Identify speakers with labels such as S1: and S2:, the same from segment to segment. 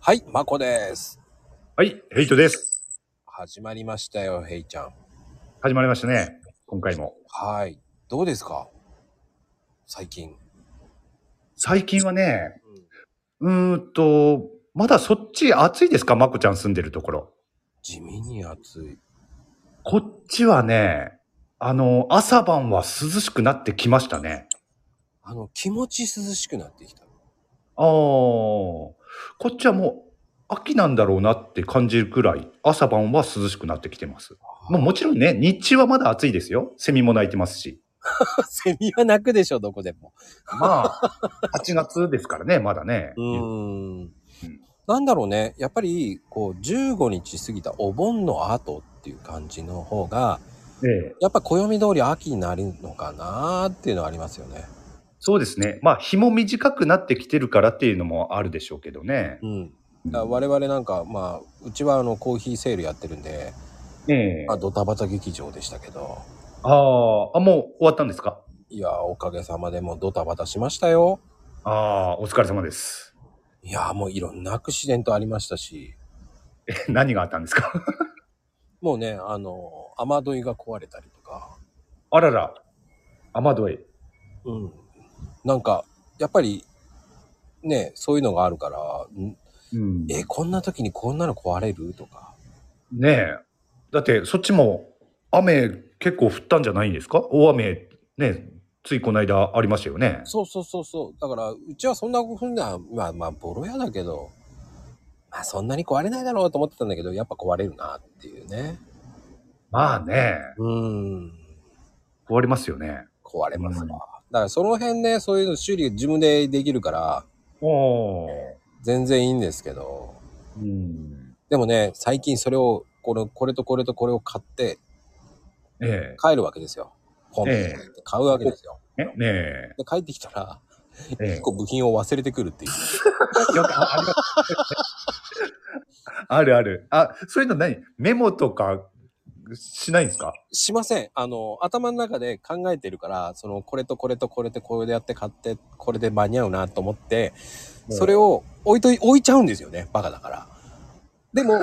S1: はい、まこです。
S2: はい、ヘイトです。
S1: 始まりましたよ、ヘイちゃん。
S2: 始まりましたね。今回も。
S1: はい。どうですか最近。
S2: 最近はね、うーんと、まだそっち暑いですかまこちゃん住んでるところ。
S1: 地味に暑い。
S2: こっちはね、あの、朝晩は涼しくなってきましたね。
S1: あの、気持ち涼しくなってきた。
S2: ああ、こっちはもう秋なんだろうなって感じるくらい、朝晩は涼しくなってきてます。まあ、もちろんね、日中はまだ暑いですよ。セミも鳴いてますし。
S1: セミは鳴くでしょ、どこでも。
S2: まあ、8月ですからね、まだね。
S1: うーん。なんだろうね。やっぱり、こう、15日過ぎたお盆の後っていう感じの方が、
S2: ええ
S1: やっぱ暦通り秋になるのかなーっていうのはありますよね。
S2: そうですね。まあ、日も短くなってきてるからっていうのもあるでしょうけどね。
S1: うん。だから我々なんか、まあ、うちはあの、コーヒーセールやってるんで、
S2: ええ
S1: まあ、ドタバタ劇場でしたけど、
S2: ああ、あ、もう終わったんですか
S1: いやー、おかげさまでもうドタバタしましたよ。
S2: ああ、お疲れ様です。
S1: いやー、もういろんなアクシデントありましたし、
S2: 何があったんですか
S1: もうね、あのー、雨どいが壊れたりとか、
S2: あらら、雨どい。
S1: うん。なんか、やっぱり、ね、そういうのがあるから、ん
S2: うん
S1: え、こんな時にこんなの壊れるとか。
S2: ねえ。だって、そっちも雨結構降ったんじゃないんですか大雨、ね、ついこの間ありましたよね。
S1: そうそうそうそう。だから、うちはそんなふうな、まあまあ、ボロ屋だけど、まあそんなに壊れないだろうと思ってたんだけど、やっぱ壊れるなっていうね。
S2: まあね、
S1: うん。
S2: 終わりますよね。
S1: 壊れますわ。
S2: うん
S1: だからその辺ね、そういうの修理自分でできるから、
S2: おー。
S1: 全然いいんですけど。
S2: うん。
S1: でもね、最近それを、これ、これとこれとこれを買って
S2: え
S1: 帰るわけですよ。本、
S2: え
S1: 買うわけですよ。
S2: え。ねねえ。
S1: で、帰ってきたら、
S2: ええ
S1: 結構部品を忘れてくるっていう。
S2: よくああります あるある。あ、そういうの何メモとかしないんですか
S1: しません。あの、頭の中で考えてるから、その、これとこれとこれとこれでやって買って、これで間に合うなと思って、それ
S2: を。
S1: を置いとい、置いちゃうんですよね。バカだから。で も、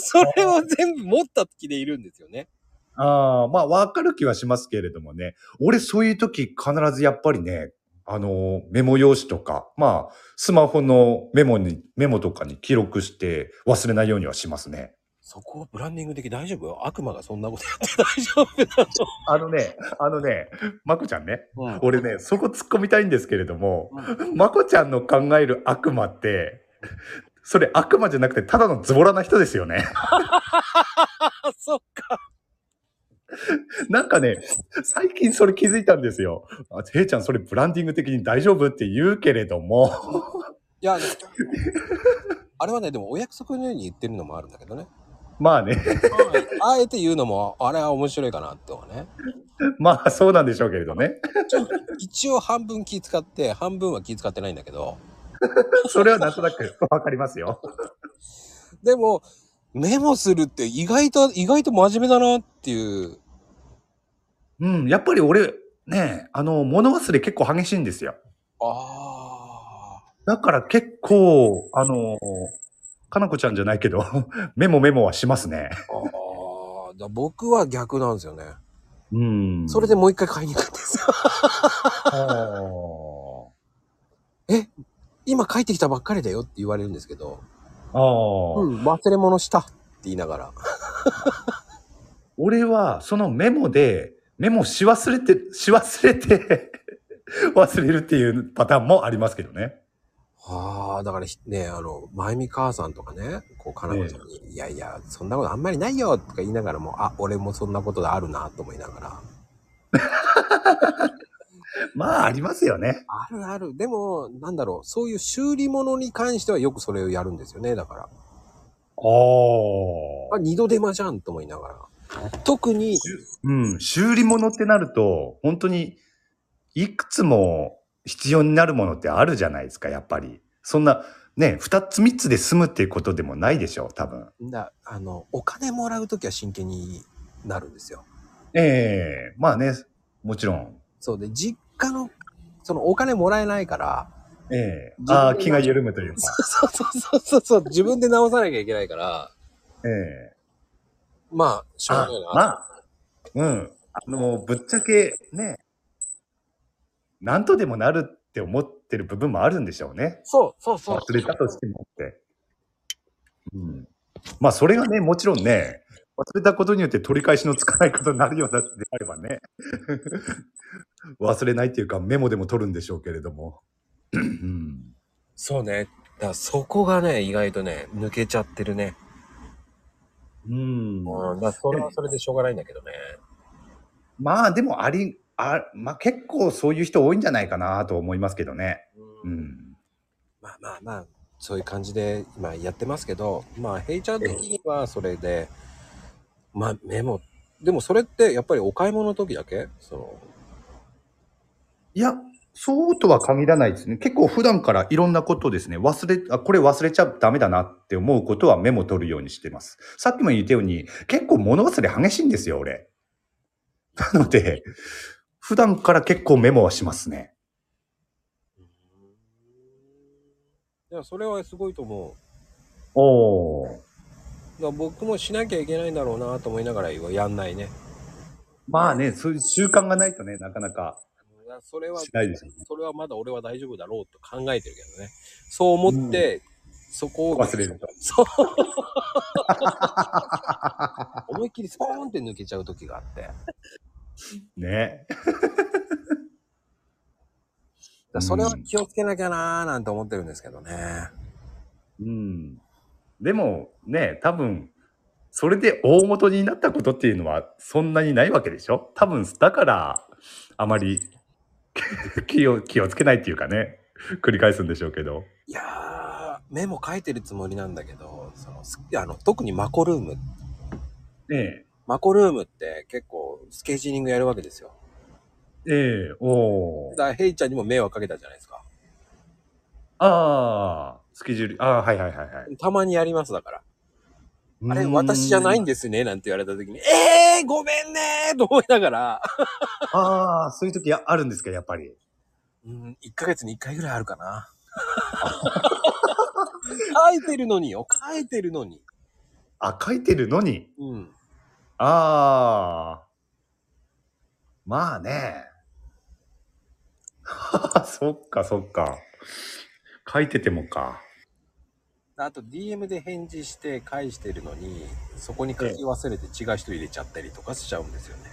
S1: それを全部持った気でいるんですよね。
S2: ああ、まあ、わかる気はしますけれどもね。俺、そういう時必ずやっぱりね、あの、メモ用紙とか、まあ、スマホのメモに、メモとかに記録して忘れないようにはしますね。
S1: そこをブランディング的大丈夫悪魔がそんなことやって大丈夫な
S2: あのね、あのね、まこちゃんね、
S1: の、
S2: 俺ね、そこ突っ込みたいんですけれども、
S1: うん
S2: まこちゃんの考える悪魔って、それ悪魔じゃなくてただのズボラな人ですよね。
S1: あ、そっか。
S2: なんかね、最近それ気づいたんですよ。あへいちゃん、それブランディング的に大丈夫って言うけれども、
S1: いや、あれはね、でもお約束のように言ってるのもあるんだけどね。
S2: まあね、
S1: あえて言うのも、あれは面白いかなってはね。
S2: まあそうなんでしょうけれどね。
S1: 一応半分気使って、半分は気使ってないんだけど、
S2: それはなんとなくわかりますよ。
S1: でも、メモするって意外と、意外と真面目だなっていう。
S2: うん、やっぱり俺、ね、あの、物忘れ結構激しいんですよ。
S1: ああ。
S2: だから結構、あの、かなこちゃんじゃないけど、 メモメモはしますね。
S1: あーだ僕は逆なんですよね。
S2: うん。
S1: それでもう一回買いに行くんですよ。
S2: あ
S1: 今帰ってきたばっかりだよって言われるんですけど、
S2: あー。
S1: うん、忘れ物したって言いながら。
S2: 俺はそのメモで、メモし忘れて、し忘れて、 忘れるっていうパターンもありますけどね。
S1: ああ、だからひね、あの、まゆみ母さんとかね、こう、かなこちゃんに、いやいや、そんなことあんまりないよとか言いながらも、あ、俺もそんなことがあるなと思いながら。
S2: まあ、ありますよね。
S1: あるある。でも、なんだろう、そういう修理物に関してはよくそれをやるんですよね、だから。あ、
S2: あ
S1: 二度手間じゃんと思いながら。特に、
S2: うん。修理物ってなると、本当に、いくつも必要になるものってあるじゃないですか、やっぱり。そんな、ね、二つ三つで済むっていうことでもないでしょう、多分。
S1: だあの、お金もらうときは真剣になるんですよ。
S2: ええまあね、もちろん。
S1: そうで、実家の、そのお金もらえないから、
S2: ええああ、気が緩むという か。
S1: そうそうそうそうそう、自分で直さなきゃいけないから、
S2: ええ
S1: まあ、しょうがないな。
S2: まあ、うん。あの、ぶっちゃけね、なんとでもなるって思ってる部分もあるんでしょうね。
S1: そうそうそう。
S2: 忘れたとしてもって。うん。まあ、それがね、もちろんね、忘れたことによって取り返しのつかないことになるようだってあればね、忘れないっていうかメモでも取るんでしょうけれども。うん。
S1: そうね。だからそこがね、意外とね、抜けちゃってるね。
S2: う
S1: う
S2: ん
S1: ん。だからそれはそれでしょうがないんだけどね。
S2: まあ、でもあり、あまあ、結構そういう人多いんじゃないかなと思いますけどね。
S1: う。
S2: うんん。
S1: まあまあまあ、そういう感じで今やってますけど、まあ、ヘイちゃん的にはそれで、まあ、メモ。でもそれってやっぱりお買い物の時だけその、
S2: いや、そうとは限らないですね。結構普段からいろんなことをですね、忘れ、あ、これ忘れちゃダメだなって思うことはメモ取るようにしてます。さっきも言ったように、結構物忘れ激しいんですよ、俺。なので、普段から結構メモはしますね。
S1: いや、それはすごいと思う。
S2: おー。
S1: だから僕もしなきゃいけないんだろうなと思いながらやんないね。
S2: まあね、そういう習慣がないとね、なかなか
S1: いやそれは
S2: しないですよね。
S1: それはまだ俺は大丈夫だろうと考えてるけどね。そう思って、そこを
S2: 忘れると。
S1: そう。思いっきりスポーンって抜けちゃう時があって。だか
S2: ね。
S1: らそれは気をつけなきゃなーなんて思ってるんですけどね。
S2: うん。でもね、多分、それで大元になったことっていうのはそんなにないわけでしょ多分、だから、あまり 気を、気をつけないっていうかね、繰り返すんでしょうけど。
S1: いやー、メモ書いてるつもりなんだけど、そのすあの特にマコルーム、
S2: ね
S1: マコルームって結構スケジーリングやるわけですよ。
S2: え、ええ、お
S1: だ
S2: ー
S1: からヘイちゃんにも迷惑かけたじゃないですか。
S2: ああ、スケジュール、ああ、はいはいはいはい。
S1: たまにやりますだから。あれ、
S2: うーん
S1: 私じゃないんですね、なんて言われた時に、えー、ごめんねーと思いながら、
S2: ああ、そういう時ああるんですか、やっぱり。
S1: うん、1ヶ月に1回ぐらいあるか な。書いてるのによ、書いてるのに。
S2: あ、書いてるのに。
S1: うん。
S2: ああ。まあね。 そっかそっか。書いててもか。
S1: あと DM で返事して返してるのに、そこに書き忘れて違う人入れちゃったりとかしちゃうんですよね。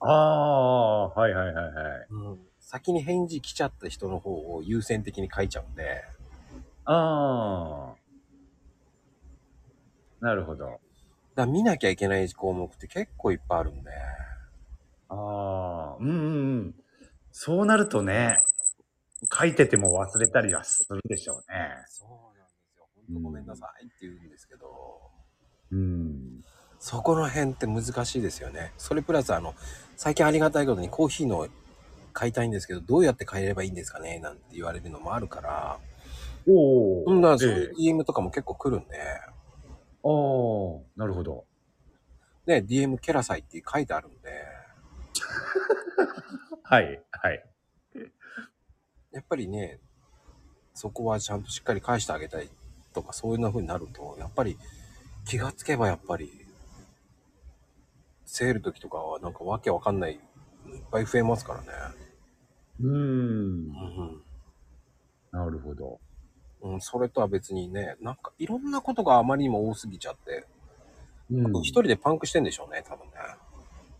S2: ああ、はいはいはいはい。
S1: うん。先に返事来ちゃった人の方を優先的に書いちゃうんで、
S2: ああ。なるほど。
S1: だから見なきゃいけない項目って結構いっぱいあるんで、
S2: ああ、うんうんうん。そうなるとね、書いてても忘れたりはするでしょうね。
S1: そうなんですよ。ほんとごめんなさいって言うんですけど、
S2: うん。
S1: そこの辺って難しいですよね。それプラスあの、最近ありがたいことにコーヒーの買いたいんですけど、どうやって買えればいいんですかねなんて言われるのもあるから、
S2: お
S1: うん、だからそう
S2: ええ
S1: いう DM とかも結構来るんで、
S2: ああ、なるほど。
S1: ね、DM キャラサイって書いてあるんで、
S2: はい、はい。
S1: やっぱりね、そこはちゃんとしっかり返してあげたいとか、そういう風になると、やっぱり気がつけばやっぱり、セール時とかはなんかわけわかんない、いっぱい増えますからね。
S2: うん。
S1: うん
S2: なるほど。
S1: うん、それとは別にね、なんかいろんなことがあまりにも多すぎちゃって、
S2: うん
S1: 一人でパンクしてんでしょうね、多分ね。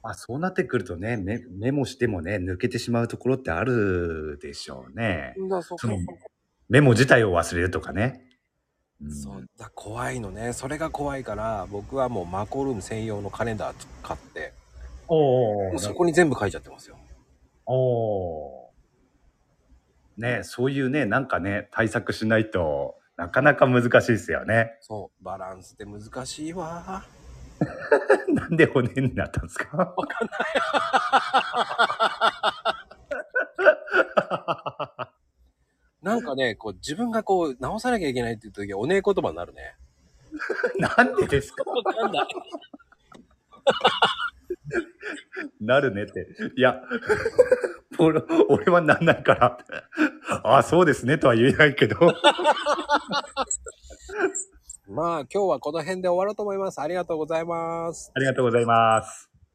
S2: まあ、そうなってくるとねメ、メモしてもね、抜けてしまうところってあるでしょうね。
S1: だからそこ
S2: そのメモ自体を忘れるとかね。うん
S1: そうだ怖いのね。それが怖いから、僕はもうマコルーム専用のカレンダー買って、
S2: おー
S1: もうそこに全部書いちゃってますよ。
S2: おーねそういうね、なんかね、対策しないとなかなか難しいですよね。
S1: そう、バランスって難しいわ。
S2: なんで骨になったんで すかわかんない。
S1: なんかね、こう自分がこう直さなきゃいけないっていう時はおねえ言葉になるね。
S2: なんでですか
S1: わかん ない。
S2: なるねって。いや、 俺俺はなんないから。 ああ、そうですねとは言えないけど。
S1: まあ今日はこの辺で終わろうと思います。ありがとうございます。
S2: ありがとうございます。